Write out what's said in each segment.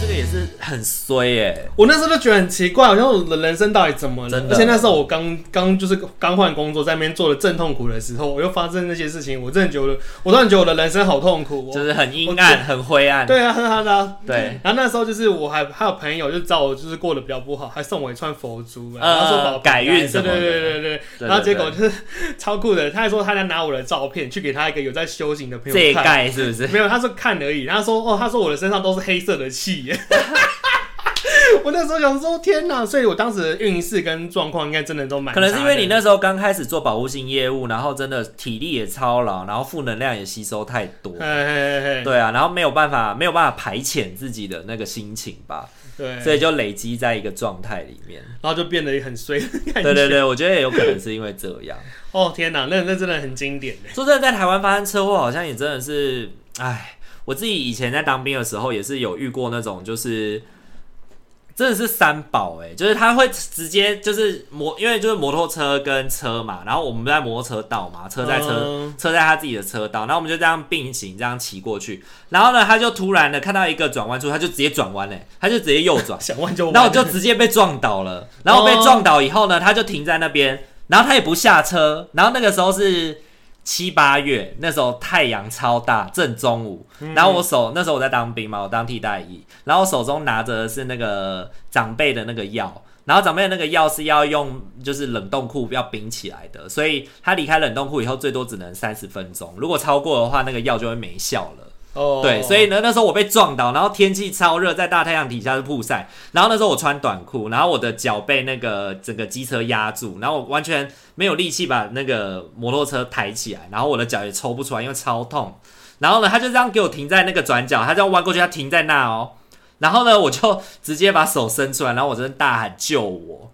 这个也是很衰耶、我那时候就觉得很奇怪，好像我的人生到底怎么了真？的而且那时候我刚刚就是刚换工作，在那边做了正痛苦的时候，我又发生那些事情，我真的觉得，我突然觉得我的人生好痛苦、哦。就是很阴暗、很灰暗。对啊，对啊，对啊。对然后那时候就是我还还有朋友就找我就是过得比较不好，还送我一串佛珠，啊呃然后说把我改运什么的对对对对对对。然后结果就是超酷的，他还说他在拿我的照片去给他一个有在修行的朋这一友看，盖是不 是？没有，他说看而已。然后他说哦，他说我的身上都是黑色的气耶。 我那时候想说天哪，所以我当时的运势跟状况应该真的都蛮可能是因为你那那时候刚开始做保护性业务，然后真的体力也操劳，然后负能量也吸收太多，哎 对啊，然后没有办法没有办法排遣自己的那个心情吧，对所对，以就累积在一个状态里 面。然后就变得很衰的感觉。对对对，我觉得也有可能是因为这样。哦天哪，那那真的很经典的。说真的，在台湾发生车祸，好像也真的是，哎，我自己以前在当兵的时候，也是有遇过那种，就是真的是三宝，哎，就是他会直接就是摩，因为就是摩托车跟车嘛，然后我们在摩托车道嘛，车在车、嗯，车在他自己的车道，然后我们就这样并行这样骑过去，然后呢，他就突然的看到一个转弯处，他就直接转弯嘞，欸他就直接右转想弯就弯，然后我就直接被撞倒了。然后被撞倒以后呢，他就停在那边，然后他也不下车。然后那个时候是七八月，那时候太阳超大，正中午。然后我手那时候我在当兵嘛，我当替代役，然后我手中拿着的是那个长辈的那个药。然后长辈的那个药是要用，就是冷冻库要冰起来的，所以他离开冷冻库以后，最多只能三十分钟。如果超过的话，那个药就会没效了。哦，对，所以呢，那时候我被撞倒，然后天气超热，在大太阳底下是曝晒，然后那时候我穿短裤，然后我的脚被那个整个机车压住，然后我完全没有力气把那个摩托车抬起来，然后我的脚也抽不出来，因为超痛。然后呢，他就这样给我停在那个转角，他这样弯过去，他停在那哦。然后呢，我就直接把手伸出来，然后我真的大喊救我。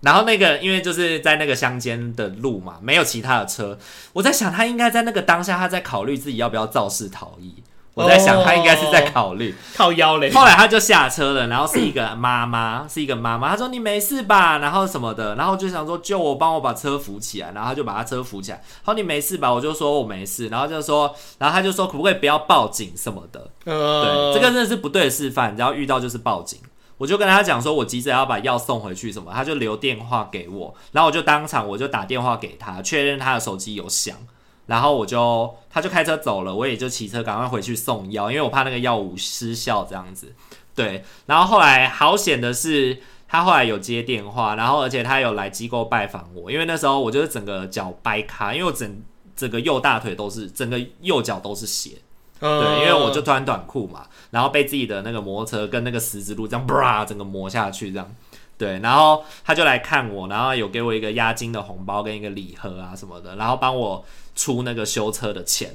然后那个，因为就是在那个乡间的路嘛，没有其他的车。我在想，他应该在那个当下，他在考虑自己要不要肇事逃逸。我在想，哦他应该是在考虑。靠腰嘞。后来他就下车了，然后是一个妈妈，是一个妈妈，她说你没事吧，然后什么的，然后就想说救我，帮我把车扶起来，然后他就把他车扶起来，他说你没事吧，我就说我没事，然后就说，然后他就说可不可以不要报警什么的，呃对，这个真的是不对的示范，然后遇到就是报警。我就跟他讲说，我急着要把药送回去什么，他就留电话给我，然后我就当场我就打电话给他，确认他的手机有响，然后我就他就开车走了，我也就骑车赶快回去送药，因为我怕那个药物失效这样子。对，然后后来好险的是，他后来有接电话，然后而且他有来机构拜访我，因为那时候我就是整个脚掰开，因为我整整个右大腿都是，整个右脚都是血，呃嗯对，因为我就穿短裤嘛，然后被自己的那个摩托车跟那个十字路这样啪整个磨下去这样。对，然后他就来看我，然后有给我一个押金的红包跟一个礼盒啊什么的，然后帮我出那个修车的钱。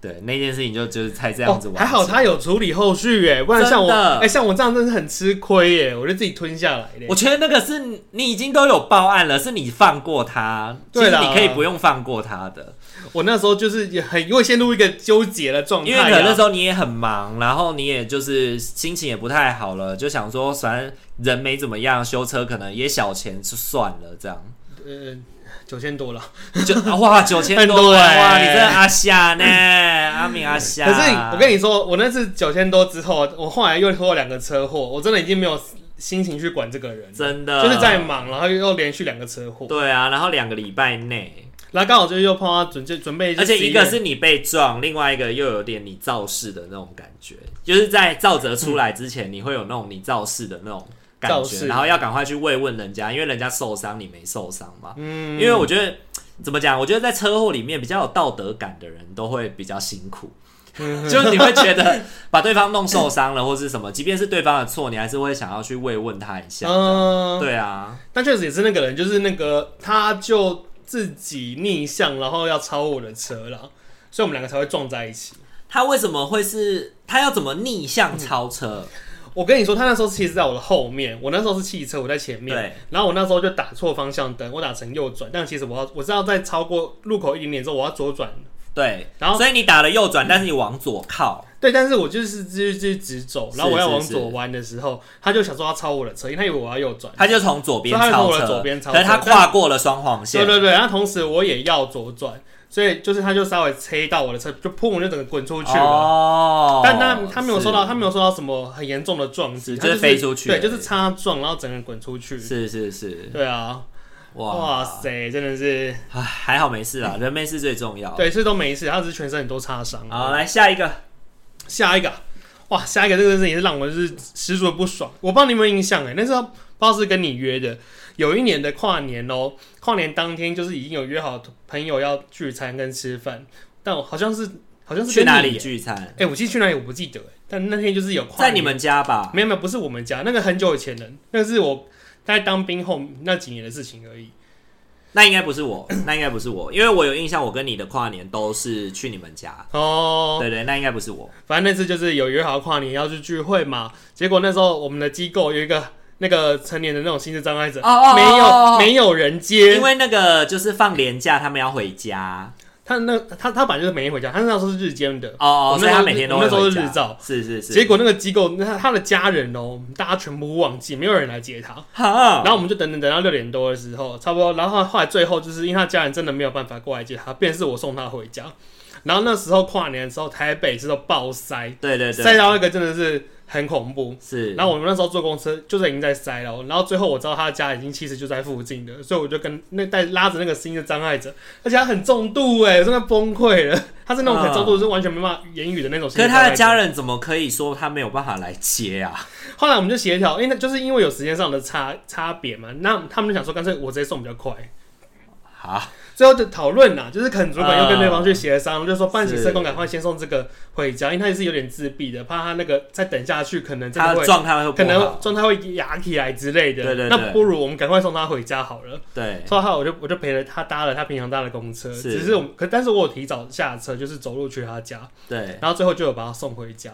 对，那件事情就就是才这样子哦完、还好他，有处理后续耶，不然像我，真的哎、像我这样真的是很吃亏耶，我就自己吞下来的我。觉得那个是你已经都有报案了，是你放过他，其对实啦你可以不用放过他的，我那时候就是也很，因为陷入一个纠结的状态因啊、为可能那时候你也很忙，然后你也就是心情也不太好了，就想说反正人没怎么样，修车可能也小钱就算了这样。 呃，九千多了。就哇九千很多多哎、欸哇，你真的阿夏呢，阿明阿夏。哎可是我跟你说，我那次九千多之后，我后来又拖了两个车祸，我真的已经没有心情去管这个人，真的就是在忙，然后又连续两个车祸，对啊，然后两个礼拜内，11然后刚好就又碰到准就准备，而且一个是你被撞，另外一个又有点你肇事的那种感觉，就是在造责出来之前，你会有那种你肇事的那种感肇觉，事然后要赶快去慰问人家，因为人家受伤你没受伤嘛。嗯，因为我觉得怎么讲，我觉得在车祸里面比较有道德感的人都会比较辛苦。嗯就是你会觉得把对方弄受伤了，或是什么，即便是对方的错，你还是会想要去慰问他一下。嗯，对啊，但确实也是那个人，就是那个他就自己逆向，然后要超我的车了。所以我们两个才会撞在一起。他为什么会是？他要怎么逆嗯向超车？我跟你说，他那时候其实在我的后面，我那时候是汽车，我在前对面。然后我那时候就打错方向灯，我打成右转，但其实我要我知道在超过路口一点点之后，我要左转。对，然后嗯所以你打了右转，但是你往左靠，对，但是我就是就是就是直走，然后我要是往是是左弯的时候，他就想说要超我的车，因为他以为我要右 转。他就从左边所以他超从我的车，左边超车可是他跨过了双黄对线，对对，然后同时我也要左转，所以就是他就稍微切到我的车，就砰，我就整个滚出去了。哦，但他他没有受到，是他没有受到什么很严重的撞击，是他就是是飞出去对，而已就是擦撞，然后整个人滚出去。是是是，对啊，哇哇，塞，真的是，唉还好没事啦，人没事最重要。，对，这都没事，他只是全身很多擦伤。嗯好，来下一个，下一个啊，哇，下一个这个事情也是让我就是十足的不爽。欸我不知道你有没有印象哎、那时候不知道是跟你约的，有一年的跨年哦、跨年当天就是已经有约好朋友要聚餐跟吃饭，但我好像是好像是去跟哪你里耶？聚餐？哎、我记得去哪里我不记得、欸，但那天就是有跨在年你们家吧。没有没有，不是我们家，那个很久以前的，那个是我大概当兵后那几年的事情而已。那应该不是我，那应该不是我，因为我有印象，我跟你的跨年都是去你们家。哦，对对，那应该不是我。反正那次就是有约好跨年要去聚会嘛，结果那时候我们的机构有一个那个成年的那种心智障碍者，哦哦哦没有、哦哦没有人接，因为那个就是放年假，他们要回家他那他他本来就是每天回家，他那时候是日间的，哦哦，我所那以时候他每天都会我那时候回是家日照，是是是。结果那个机构他他的家人哦，大家全部忘记，没有人来接他，哈然，后我们就等等等到六点多的时候，差不多，然后后来最后就是因为他家人真的没有办法过来接他，便是我送他回家，然后那时候跨年的时候，台北是都爆塞，对对塞对，到那个真的是很恐怖。是。然后我们那时候坐公车就是已经在塞了，然后最后我知道他家已经其实就在附近的，所以我就跟那带拉着那个新的障碍者，而且他很重度哎、我真的崩溃了。 他是那种很重度，是完全没办法言语的那种。啊可是他的家，人怎么可以说他没有办法来接啊？后来我们就协调，因为那就是因为有时间上的差差别嘛，那他们就想说干脆我直接送比较快。啊，最后的讨论呐，就是肯主管又跟对方去协商，就说办起是社工赶快先送这个回家，因为他也是有点自闭的，怕他那个再等下去可能真他的的会状态会可不能好。状态会压起来之类的。对对对那不如我们赶快送他回家好了。对，所以后来我就我就陪了他搭了他平常搭的公车，是只是我们可但是我有提早下车，就是走路去他家，对然后最后就有把他送回家。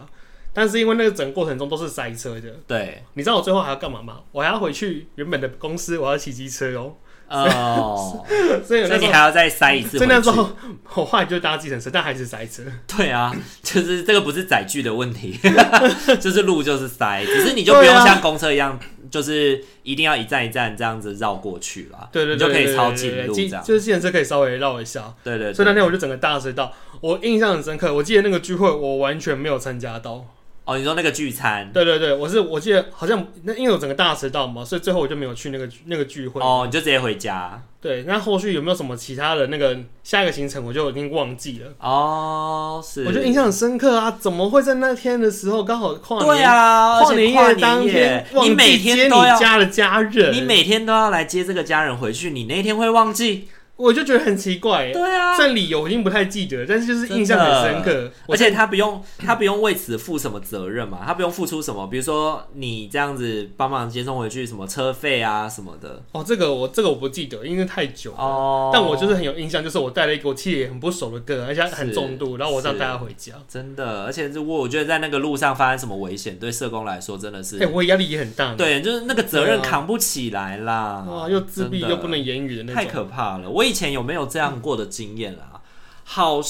但是因为那个整个过程中都是塞车的， 对，你知道我最后还要干嘛吗？我还要回去原本的公司，我要骑机车哦。 哦，所以我所那以时你候，还要再塞一次所以那回时去。候 我后来就搭计程车，但还是塞车。 对啊，就是这个不是载具的问 题， 就是路就是塞，只是你就不对用啊像公车一样，就是一定要一站一站这样子绕过去啦。对对你就对可对以对超对近对路这计样。就是计程车可以稍微绕一下。对对所以对。那天我就整个大迟到，我印象很深刻。我记得那个聚会我完全没有参加到。哦，你说那个聚餐，对对对，我是我记得好像那因为我整个大迟到嘛，所以最后我就没有去那个那个聚会。哦，你就直接回家。对，那后续有没有什么其他的那个下一个行程，我就已经忘记了。哦，是，我就印象很深刻啊，怎么会在那天的时候刚好跨年？对啊，跨而且年跨夜当天夜，忘你记每接天你都要，家的家人，你每天都要来接这个家人回去，你那天会忘记？我就觉得很奇怪、欸。对啊虽，然理由我已经不太记得，但是就是印象很深刻。而且他不用，他不用为此负什么责任嘛，他不用付出什么，比如说你这样子帮忙接送回去，什么车费啊什么的。哦，这个我这个我不记得，因为太久了。哦，但我就是很有印象，就是我带了一个我气也很不熟的歌，而且很是重度，然后我这样是带他回家。真的，而且如果我觉得在那个路上发生什么危险，对社工来说真的是，哎、我压力也很大呢。对，就是那个责任对啊扛不起来啦。哇，又自闭真的又不能言语的那种，嗯太可怕了！我以前有没有这样过的经验啦？好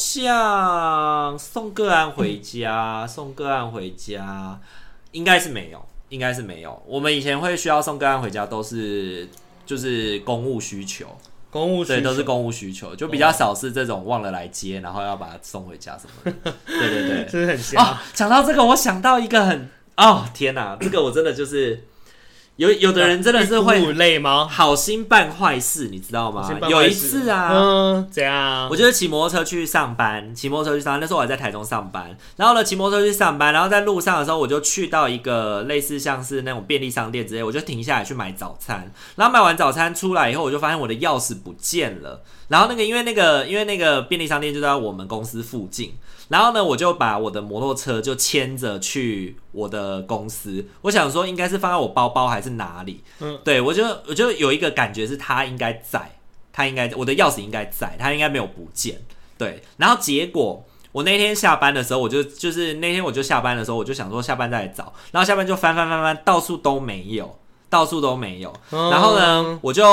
像送个案回嗯家，送个案回家，应该是没有，应该是没有。我们以前会需要送个案回家，都是就是公务需求，公务对，需都是求公务需求，就比较少是这种忘了来接，然后要把它送回家什么 的。对对对，真的很瞎。哦，讲到这个，我想到一个很哦天哪，这个我真的就是有有的人真的是会五类吗？好心办坏事，你知道我吗先？办有坏一事次啊，嗯，怎样我？就是骑摩托车去上班，骑摩托车去上班。那时候我还在台中上班，然后呢，骑摩托车去上班，然后在路上的时候，我就去到一个类似像是那种便利商店之类，我就停下来去买早餐。然后买完早餐出来以后，我就发现我的钥匙不见了。然后那个因为那个因为那个便利商店就在我们公司附近，然后呢，我就把我的摩托车就牵着去我的公司。我想说应该是放在我包包还是哪里，嗯对我就我就有一个感觉是他应该在，他应该我的钥匙应该在，他应该没有不见。对，然后结果我那天下班的时候，我就就是那天我就下班的时候，我就想说下班再来找，然后下班就翻翻翻翻，到处都没有，到处都没有。嗯然后呢，我就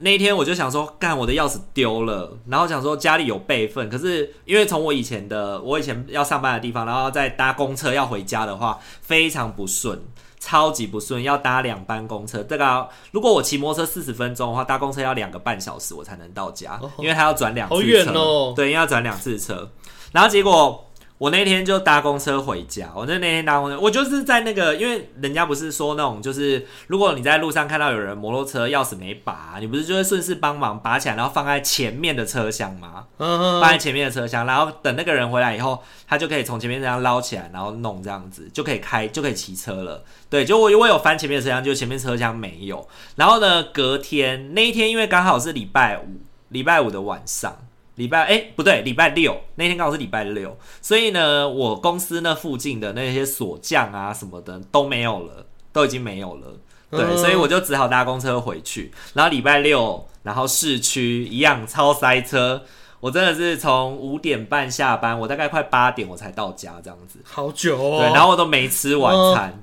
那一天我就想说，干我的钥匙丢了，然后想说家里有备份，可是因为从我以前的我以前要上班的地方，然后再搭公车要回家的话，非常不顺。超级不顺，要搭两班公车。这个啊、如果我骑摩托车四十分钟的话，搭公车要两个半小时我才能到家，哦因为它要转两次好远车哦对，因为要转两次车。然后结果我那天就搭公车回家，我就那天搭公车，我就是在那个，因为人家不是说那种，就是如果你在路上看到有人摩托车钥匙没拔，你不是就会顺势帮忙拔起来，然后放在前面的车厢吗？嗯，放在前面的车厢，然后等那个人回来以后，他就可以从前面这样捞起来，然后弄这样子，就可以开，就可以骑车了。对，就我我有翻前面的车厢，就前面车厢没有。然后呢，隔天那一天，因为刚好是礼拜五，礼拜五的晚上，礼拜哎、不对，礼拜六那天刚好是礼拜六，所以呢，我公司那附近的那些锁匠啊什么的都没有了，都已经没有了。对，嗯所以我就只好搭公车回去。然后礼拜六，然后市区一样超塞车，我真的是从五点半下班，我大概快八点我才到家这样子。好久对，哦。然后我都没吃晚餐。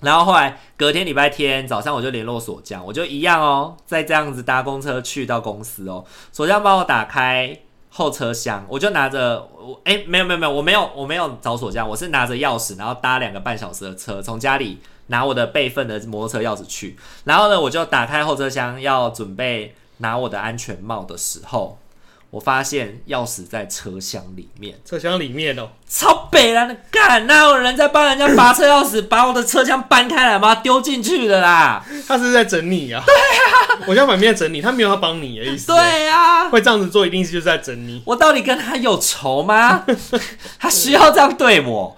然后后来隔天礼拜天早上我就联络锁匠，我就一样哦，再这样子搭公车去到公司哦。锁匠帮我打开后车厢，我就拿着我哎没有没有没有，我没有我没有找锁匠，我是拿着钥匙，然后搭两个半小时的车从家里拿我的备份的摩托车钥匙去。然后呢，我就打开后车厢要准备拿我的安全帽的时候，我发现钥匙在车厢里面。车厢里面哦，超北蓝的，干哪有人在帮人家拔车钥匙，把我的车厢搬开来吗？丢进去的啦。他是不是在整你啊。对 啊，我想反面整你，他没有要帮你的意思。，对啊，会这样子做，一定是就是在整你。我到底跟他有仇吗？他需要这样对我？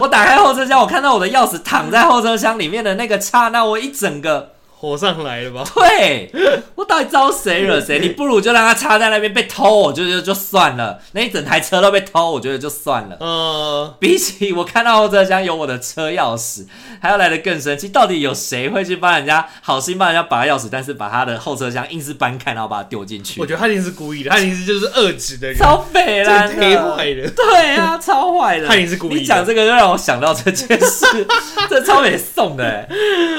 我打开后车厢，我看到我的钥匙躺在后车厢里面的那个刹那，我一整个，火上来了吧？对我到底招谁惹谁？你不如就让他插在那边被偷，我觉得就算了。那一整台车都被偷，我觉得就算了。呃，比起我看到后车厢有我的车钥匙，还要来的更生气。到底有谁会去帮人家好心帮人家拔钥匙，但是把他的后车厢硬是搬开，然后把它丢进去？ 我觉得他一定是故意的，他一定是就是恶质的人，超北啦，这黑坏的对啊，超坏的。看你是故意的你讲这个就让我想到这件 事，这超没送的、欸，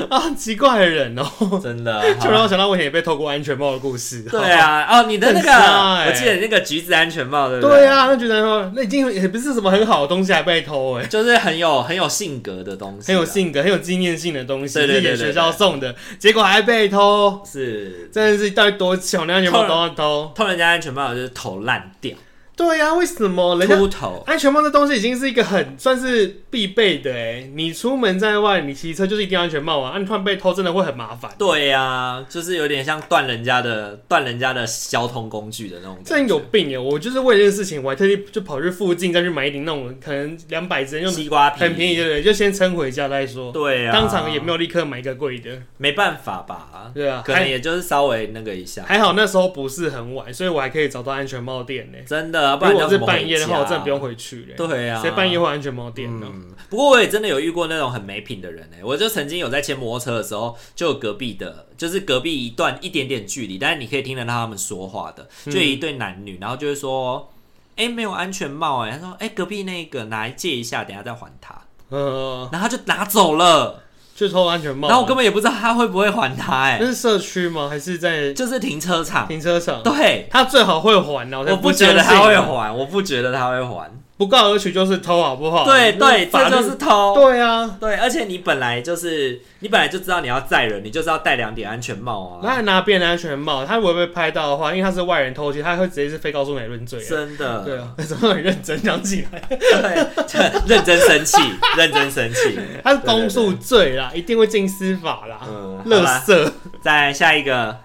啊，奇怪的人哦，真的。就让我想到我以前也被偷过安全帽的故事。啊对，啊，哦，你的那很瞎个，欸我记得你那个橘子安全帽，对不对，啊，那觉得说那已经也不是什么很好的东西，还被偷哎、就是啊很有很有性格的东西，啊很有，性格、很有纪念性的东西，对对对对是给学校送的，结果还被偷，是真的是到底多巧，连安全帽都要偷。偷人家安全帽就是头烂掉，对呀、为什么人家秃头，安全帽这东西已经是一个很算是必备的哎、你出门在外，你骑车就是一定要安全帽啊，啊你突然被偷真的会很麻烦。对呀、就是有点像断人家的断人家的交通工具的那种感觉。真有病耶！我就是为了这件事情，我还特地就跑去附近再去买一顶那种可能两百只，用西瓜皮，很便宜的，对就先撑回家再说。对啊，当场也没有立刻买一个贵的，没办法吧？对啊，可能还也就是稍微那个一下，还好那时候不是很晚，所以我还可以找到安全帽店呢。真的，啊不哎如然果叫是什么回半夜的话，家啊我真的不用。回去嘞。对啊，谁半夜会安全帽店呢？嗯，不过我也真的有遇过那种很没品的人哎、我就曾经有在牵摩托车的时候，就有隔壁的，就是隔壁一段一点点距离，但是你可以听得到他们说话的，嗯就有一对男女，然后就会说，哎、没有安全帽哎、他说，哎、隔壁那个拿来借一下，等一下再还他，呃，然后他就拿走了，去偷安全帽。啊然后我根本也不知道他会不会还他哎、那是社区吗？还是在就是停车场，停车场？对，他最好会还啊呢，才我不觉得他会，还，我不觉得他会还，不告而取就是偷，好不好？对哦那对，法这律就是偷，对啊，对，而且你本来就是你本来就知道你要载人，你就是要戴两顶安全帽那啊，还拿别人的安全帽，他如果被拍到的话，因为他是外人偷窃，他会直接是非告诉乃论罪。真的，对啊，怎么很认真讲起来？对，认真生气，认真生 气。他是公诉罪啦，一定会进司法啦。嗯，好乐啦，色，再下一个，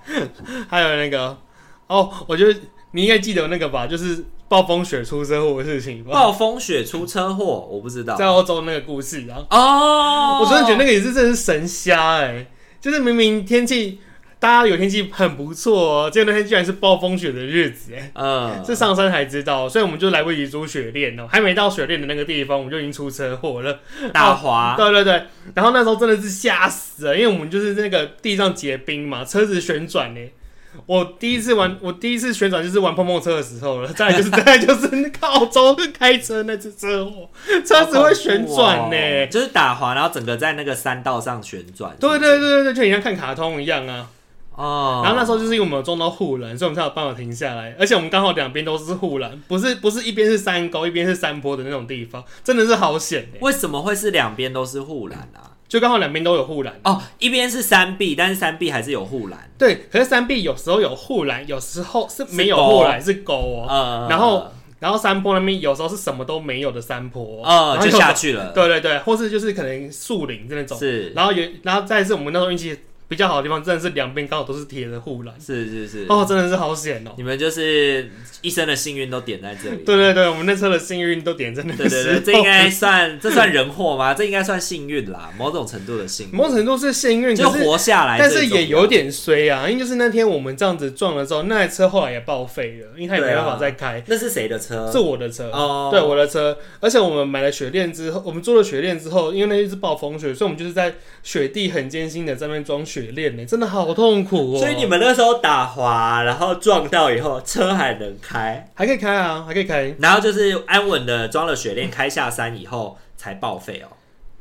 还有那个哦，我觉得你应该记得那个吧，就是暴风雪出车祸的事情吧，暴风雪出车祸，我不知道在欧洲那个故事啊，哦，我真的觉得那个也是真的是神瞎哎、就是明明天气大家有天气很不错哦，结果那天居然是暴风雪的日子哎、嗯，这上山才知道，所以我们就来不及租雪链哦，还没到雪链的那个地方，我们就已经出车祸了。大华，对对对，然后那时候真的是吓死了，因为我们就是那个地上结冰嘛，车子旋转呢，我第一次玩，我第一次旋转就是玩碰碰车的时候了，再来就是再来就是那个澳洲开车那次车祸，车子会旋转呢、哦就是打滑，然后整个在那个山道上旋转。对对对对，就很像看卡通一样啊。哦，然后那时候就是因为我们有撞到护栏，所以我们才有办法停下来。而且我们刚好两边都是护栏，不是不是一边是山沟，一边是山坡的那种地方，真的是好险哎、为什么会是两边都是护栏啊？就刚好两边都有护栏。哦，一边是山壁，但是山壁还是有护栏。对，可是山壁有时候有护栏，有时候是没有护栏，是沟哦。呃，然后然后山坡那边有时候是什么都没有的山坡，呃哦然后就有下去了，对对对，或是就是可能树林那种，是然后有，然后再是我们那时候运气比较好的地方，真的是两边刚好都是铁的护栏，是是是，哦，真的是好险哦！你们就是一生的幸运都点在这里。对对对，我们那车的幸运都点在那对个对时候对，，这应该算这算人祸吗？这应该算幸运啦，某种程度的幸 某种运，程度是幸运，就可是活下来最但重要。是也有点衰啊，因为就是那天我们这样子撞了之后，那台车后来也报废了，因为它也没办法再开，那是谁的车？是我的车。哦，对我的车，而且我们买了雪链之后，我们做了雪链之后，因为那一次暴风雪，所以我们就是在雪地很艰辛的在那边装雪链呢，真的好痛苦哦。所以你们那时候打滑，然后撞到以后，车还能开，还可以开啊，还可以开。然后就是安稳的装了雪链，开下山以后才报废哦。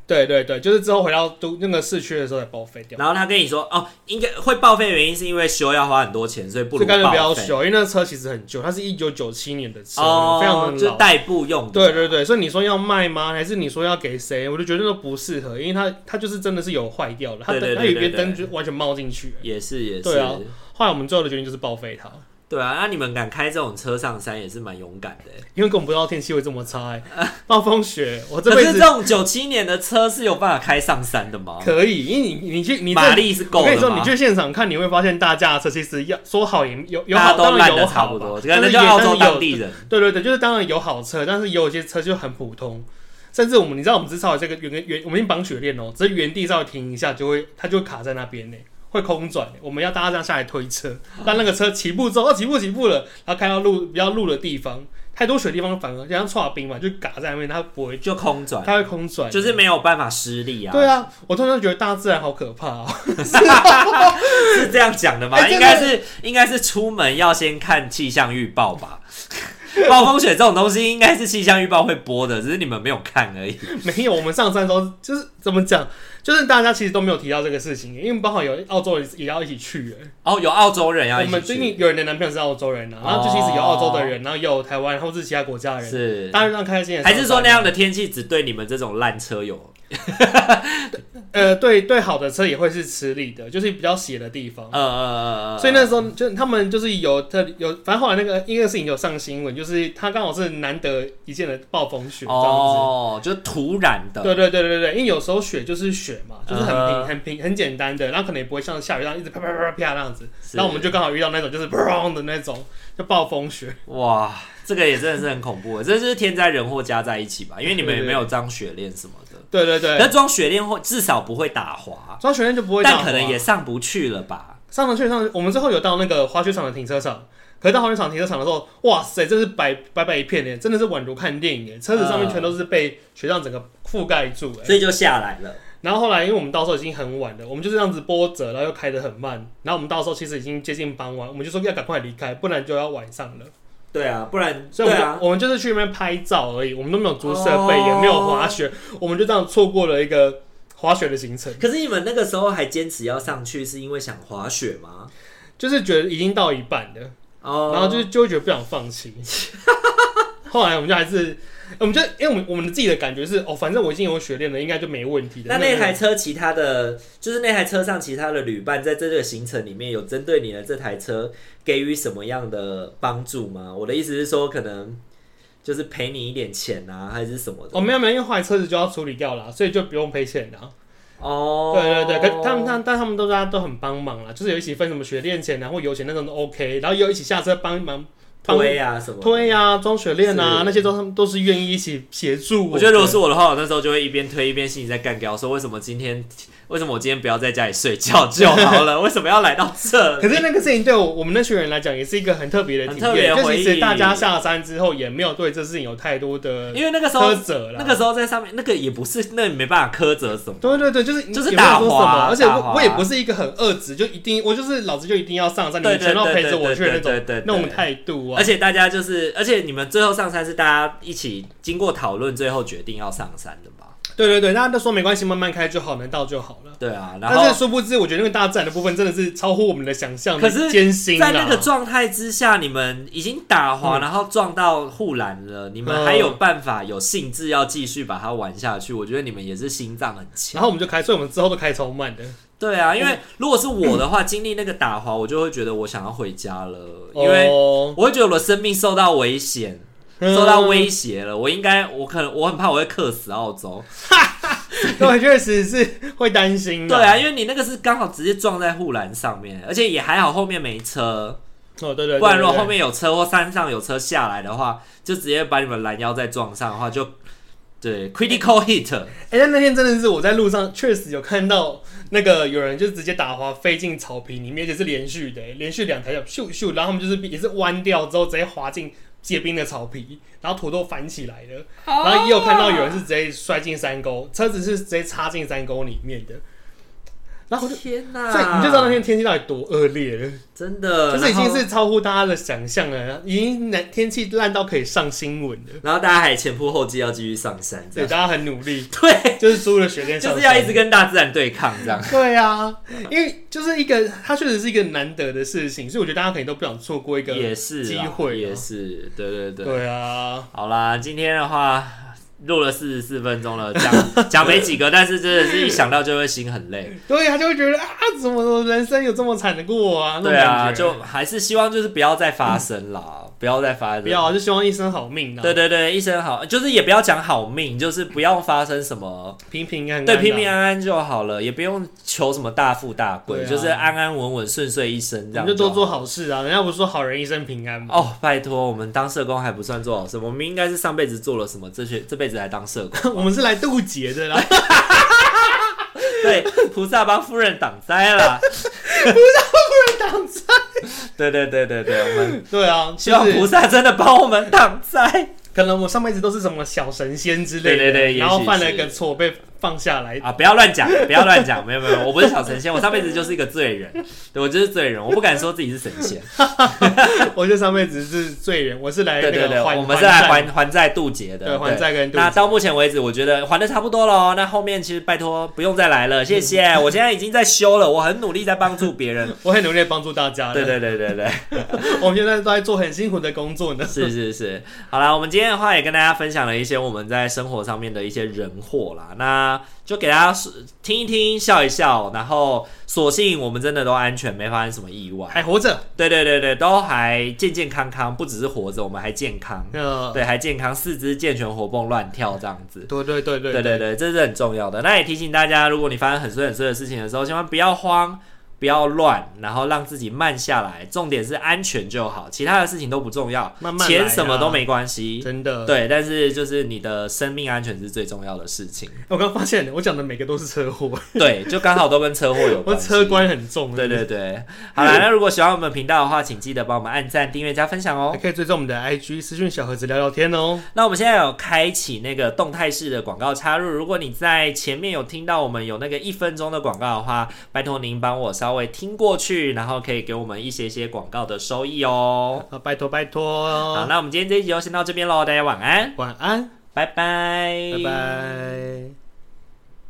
对对对，就是之后回到都那个市区的时候也报废掉，然后他跟你说，哦，应该会报废，原因是因为修要花很多钱，所以不就如干脆不要报废。修，因为那车其实很旧，它是一九九七年的车，哦，非常就是的老。代步用的。对对对，所以你说要卖吗？还是你说要给谁？我就觉得都不适合，因为它它就是真的是有坏掉了，它对对灯它对有一边对灯对就完全冒进去了。也是也是。对啊后来我们最后的决定就是报废它，对啊那你们敢开这种车上山也是蛮勇敢的欸。因为根本不知道天气会这么差、欸，暴风雪，我这可辈是这子种九七年的车是有办法开上山的吗？可以，因为你你去你马在力是我够跟的你说，吗你去现场看，你会发现大架的车其实要说好也有有大好，家都当然烂有的好差吧不多，可但能是就也澳但洲是有当地人。对对对，就是当然有好车，但是也有一些车就很普通。甚至我们，你知道，我们至少有这个原原，我们已经绑雪链哦，只是原地稍微停一下，就会它就会卡在那边呢，会空转呢。我们要大家这样下来推车，让那个车起步之后，哦，起步起步了，然后开到路比较路的地方，太多雪地方反而就像串冰嘛，就卡在那边，它不会，就空转，它会空转，就是没有办法施力啊。对啊，我突然觉得大自然好可怕哦。 是这样讲的吗？哎应真的该是应该是出门要先看气象预报 吧。暴风雪这种东西应该是气象预报会播的，只是你们没有看而已。没有，我们上山的时候就是怎么讲，就是大家其实都没有提到这个事情，因为刚好有澳洲人也要一起去耶。哦，有澳洲人要我一们起最去，近有人的男朋友是澳洲人啊，然后就其实有澳洲的人，然后也有台湾或是其他国家的人，是大家让开心的上还山。是说那样的天气只对你们这种烂车有？呃，对对，好的车也会是吃力的，就是比较斜的地方。呃呃呃，所以那时候就他们就是有特有，反正后来那个因为事情有上新闻，就是他刚好是难得一见的暴风雪这样子。哦，就突然的，对对对对对，因为有时候雪就是雪嘛，就是很嗯平哼很平很简单的，然后可能也不会像下雨一样一直啪啪啪啪啪那样子。是然后我们就刚好遇到那种就是砰的那种，就暴风雪。哇，这个也真的是很恐怖，这就是天灾人祸加在一起吧？因为你们也没有装雪链什么的，对对对那，装雪链或至少不会打滑，装雪链就不会打但滑，可能也上不去了吧？上了去上去，我们最后有到那个滑雪场的停车场。可是到滑雪场停车场的时候，哇塞，真是白白白一片耶，真的是宛如看电影耶，车子上面全都是被雪仗整个覆盖住耶。所以就下来了。然后后来，因为我们到时候已经很晚了，我们就这样子波折，然后又开得很慢，然后我们到时候其实已经接近傍晚，我们就说要赶快离开，不然就要晚上了。对啊，不然所以我对们就、啊，我们就是去那边拍照而已，我们都没有租设备，哦也没有滑雪，我们就这样错过了一个滑雪的行程，可是你们那个时候还坚持要上去，是因为想滑雪吗？就是觉得已经到一半了，哦，然后就就会觉得不想放弃。 后来我们就还是，我们就因为我们我们自己的感觉是，哦，反正我已经有雪链了，应该就没问题的。那那台车其他的，就是那台车上其他的旅伴，在这个行程里面有针对你的这台车给予什么样的帮助吗？我的意思是说，可能就是赔你一点钱啊，还是什么的。哦没有没有，因为后来车子就要处理掉了，所以就不用赔钱了。哦，对对对，可他们但但他们都大家都很帮忙啦，就是有一起分什么雪链钱啊或油钱那种都 OK，然后也有一起下车帮忙帮推啊什么的。推啊、装雪链啊是，那些都他们都是愿意一起协助我觉得如果的是我的话，我那时候就会一边推一边心里在干掉，说为什么今天为什么我今天不要在家里睡觉就好 了？为什么要来到这？ 可是那个事情对我我们那群人来讲，也是一个很特别的体很特别验。的就回忆其实大家下山之后，也没有对这事情有太多的因为那个时候苛责啦。那个时候在上面，那个也不是，那也没办法苛责什么。对对对，就是就是也没有打说什滑么，而且打滑我我也不是一个很恶质，就一定我就是老子就一定要上山，你们全都要陪着我去的那对对对对对种对对对那种态度啊而。且大家就是，而且你们最后上山是大家一起经过讨论，最后决定要上山的吧？对对对，大家都说没关系，慢慢开就好，能到就好了。对啊，然后但是殊不知，我觉得那个大自然的部分真的是超乎我们的想象，可是艰辛在啊。那个状态之下，你们已经打滑，然后撞到护栏了，你们还有办法有兴致要继续把它玩下去？我觉得你们也是心脏很然强。后我们就开，所以我们之后都开超慢的。对啊，因为如果是我的话，经历那个打滑，我就会觉得我想要回家了，哦因为为我会觉得我的生命受到危险。嗯受到威胁了，我应该，我可能，我很怕我会克死澳洲。 对，确实是会担心的。对啊，因为你那个是刚好直接撞在护栏上面，而且也还好后面没车，哦，对对对，不然如果对后面有车或山上有车下来的话，就直接把你们拦腰再撞上的话，就对 critical hit。哎、但那天真的是我在路上确实有看到那个有人就直接打滑飞进草坪里面，而且是连续的、连续两台脚咻咻，然后他们就是也是弯掉之后直接滑进结冰的草皮，然后土豆翻起来的，然后也有看到有人是直接摔进山沟，车子是直接插进山沟里面的，然后我就。天哪！所以你就知道那天天气到底多恶劣了，真的，就是已经然后是超乎大家的想象了，已经难天气烂到可以上新闻了。然后大家还前仆后继要继续上山，这对，样大家很努力，对， 就是输了雪天上就山，是要一直跟大自然对抗这样。 对啊，因为就是一个，它确实是一个难得的事情，所以我觉得大家肯定都不想错过一个也是啦机会啊也是，对对对。对啊，好啦，今天的话录了四十四分钟了， 讲讲没几个，但是真的是一想到就会心很累。对啊，就会觉得啊，怎么人生有这么惨的过 啊？那种对啊，感觉就还是希望就是不要再发生啦，不要再发生。不要啊，就希望一生好命啊，对对对，一生好，就是也不要讲好命，就是不要发生什么，平平安安啊， 对，平平安安就好了，也不用求什么大富大贵，对啊就是安安稳稳、顺遂一生我这们样就多做好。好事啊。人家不是说好人一生平安吗？哦，拜托，我们当社工还不算做好事，我们应该是上辈子做了什么，这些这辈子来当社工。 我们是来渡劫的啦，对，菩萨帮夫人挡灾啦。 菩萨帮夫人挡灾。 对对对对对，我们对啊，希望就是菩萨真的帮我们挡灾。可能我上辈子都是什么小神仙之类的，对对对也许然后犯了是个错被放下来，啊，不要乱讲，不要乱讲，没有没有，我不是小神仙，我上辈子就是一个罪人，对我就是罪人，我不敢说自己是神仙。 我就上辈子是罪人，我是来对那对对，个 还我们是来还还还债渡劫的，对还债跟渡那劫。到目前为止，我觉得还的差不多了哦。那后面其实拜托不用再来了，谢谢。嗯我现在已经在修了，我很努力在帮助别人。我很努力地帮助大家。对，对对对对， 我们现在都在做很辛苦的工作呢。是是是。好啦，我们今天的话也跟大家分享了一些我们在生活上面的一些人祸啦，那就给大家说听一听，笑一笑，然后所幸我们真的都安全，没发生什么意外。还活着，对对对对，都还健健康康，不只是活着，我们还健康，呃，对，还健康，四肢健全，活蹦乱跳这样子。对对对对对对对，这是很重要的。那也提醒大家，如果你发生很衰很衰的事情的时候，千万不要慌，不要乱，然后让自己慢下来，重点是安全就好，其他的事情都不重要，慢慢来啊钱什么都没关系。真的。对，但是就是你的生命安全是最重要的事情。我刚发现我讲的每个都是车祸，对，就刚好都跟车祸有 我关系。车关很重。啊对对对，好啦，那如果喜欢我们频道的话，请记得帮我们按赞、订阅、加分享哦还。可以追踪我们的 IG 私讯小盒子聊聊天哦。那我们现在有开启那个动态式的广告插入，如果你在前面有听到我们有那个一分钟的广告的话，拜托您帮我稍微听过去，然后可以给我们一些些广告的收益哦。啊，拜托哦拜好，托，那我们今天这一集就先到这边喽，大家晚安，晚安，拜拜，拜。拜。